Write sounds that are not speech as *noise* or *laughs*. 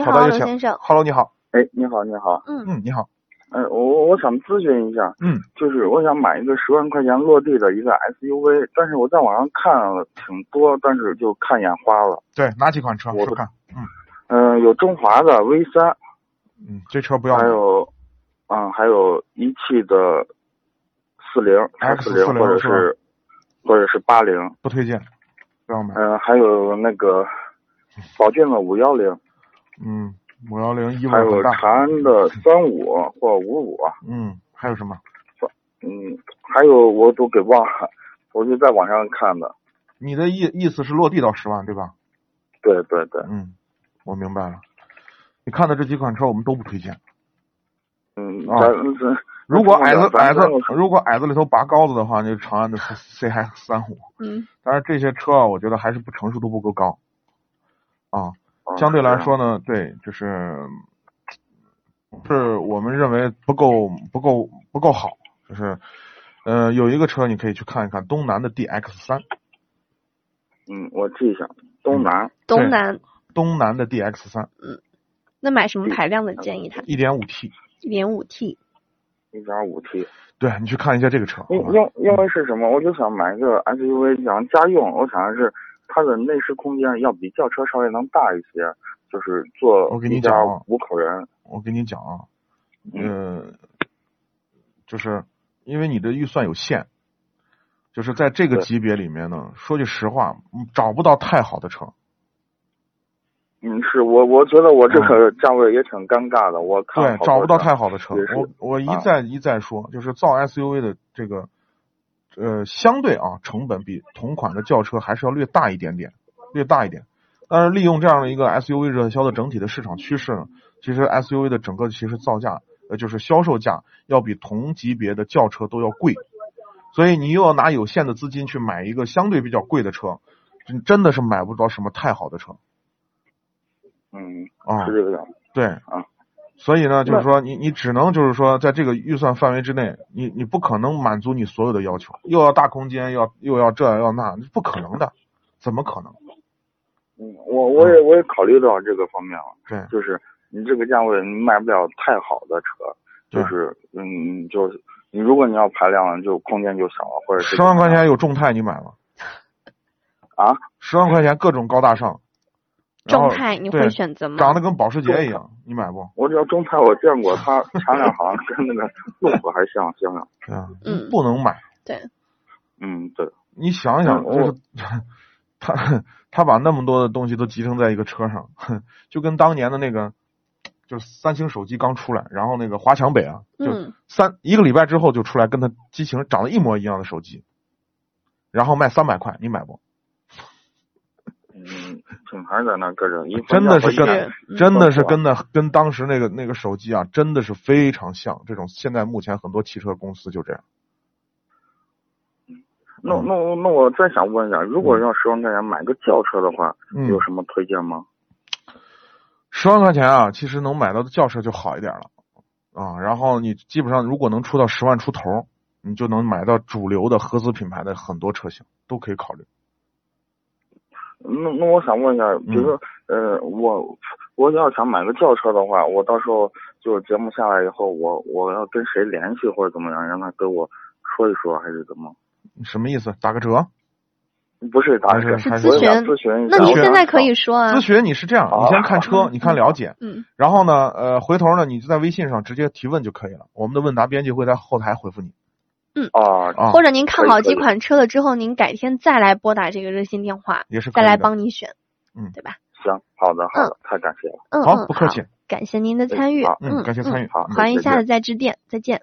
你好好，的，有罗请先生。 Hello，你好。哎，你好，你好，嗯，嗯，你好。嗯、我我想咨询一下，嗯，就是我想买一个十万块钱落地的一个 SUV，但是我在网上看了挺多，但是就看眼花了。对，哪几款车？我说看。嗯、有中华的 V 三，嗯，这车不要还买。有，嗯、还有一汽的四零、 X 四零或者是吧是或者是八零，不推荐，不要买。嗯、还有那个宝骏的五幺零，嗯，五幺零衣服还有很大。长安的三五或五五，啊嗯，还有什么？嗯，还有我都给忘了，我就在网上看的。你的意意思是落地到十万对吧？对对对，嗯，我明白了。你看的这几款车我们都不推荐。嗯，啊咱咱如果矮子矮咱子咱咱，如果矮子里头拔高子的话，那就长安的 CX 三五。嗯，但是这些车啊，我觉得还是不成熟度不够高。啊，*laughs* 啊相对来，说呢，对，就是是我们认为不够不够不够好，就是呃有一个车你可以去看一看，东南的 DX 三，嗯，我记一下，东南，对东南东南的 DX 三那买什嗯么排量的建议他？一点五 T，一点五 T，一点五 T，对你去看一下这个车，好因吧因因为是什么？我就想买一个 SUV，想家用，我想的是它的内饰空间要比轿车稍微能大一些，就是坐我给你一家讲啊五口人，我跟你讲啊，嗯呃，就是因为你的预算有限，就是在这个对级别里面呢，说句实话，嗯找不到太好的车，嗯，是我我觉得我这个价位也挺尴尬的，我嗯看对，好多找不到车太好的车。也是我我一啊再一再说，就是造 SUV 的这个，呃，相对啊成本比同款的轿车还是要略大一点点，略大一点。但是利用这样的一个 SUV 热销的整体的市场趋势呢，其实 SUV 的整个其实造价，呃，就是销售价要比同级别的轿车都要贵，所以你又要拿有限的资金去买一个相对比较贵的车，你真的是买不着什么太好的车嗯，啊。是这个样子，对啊，所以呢，就是那说你你只能就是说，在这个预算范围之内，你你不可能满足你所有的要求，又要大空间，要又要这要那，不可能的，怎么可能？嗯，我我也我也考虑到这个方面了。对就是你这个价位你买不了太好的车，对就是嗯，就是你如果你要排量，就空间就小了，或者是十万块钱有众泰你买吗？啊，十万块钱各种高大上，然后众泰你对会选择长吗？得跟保时捷一样，你买不？我只要中泰我见过，它前脸好像跟那个路虎还像像像，对啊，嗯不能买。嗯，对，你想想，嗯就我是他他把那么多的东西都集成在一个车上， *laughs* 哼就跟当年的那个就是三星手机刚出来，然后那个华强北啊，就嗯，三一个礼拜之后就出来跟他机型长得一模一样的手机，然后卖三百块，你买不？嗯，品牌在那搁着，一真的是分跟价格一对样嗯真的是跟那跟当时那个那个手机啊，真的是非常像。这种现在目前很多汽车公司就这样。那那我那我再想问一下，如果要十万块钱买个轿车的话，嗯有，什么推荐吗？十万块钱啊，其实能买到的轿车就好一点了啊。然后你基本上如果能出到十万出头，你就能买到主流的合资品牌的很多车型，都可以考虑。那那我想问一下，比嗯如说，呃，我我要想买个轿车的话，我到时候就是节目下来以后，我我要跟谁联系或者怎么样，让他给我说一说还是怎么？什么意思？打个折？不是打还折，是是还咨我想询。咨询一下。那你我想现在可以说啊咨，询你是这样，你先看车，你看了解，嗯，然后呢，呃，回头呢，你就在微信上直接提问就可以了。我们的问答编辑会在后台回复你啊，啊，或者您看好可以可几以款车了之后，您改天再来拨打这个热线电话，也是可再以来的。帮你选，嗯对吧？行，好的好的，太感谢了。嗯，好嗯，不客气，感谢您的参与哎好，感谢参与，好嗯欢迎再见下次再致电，再见。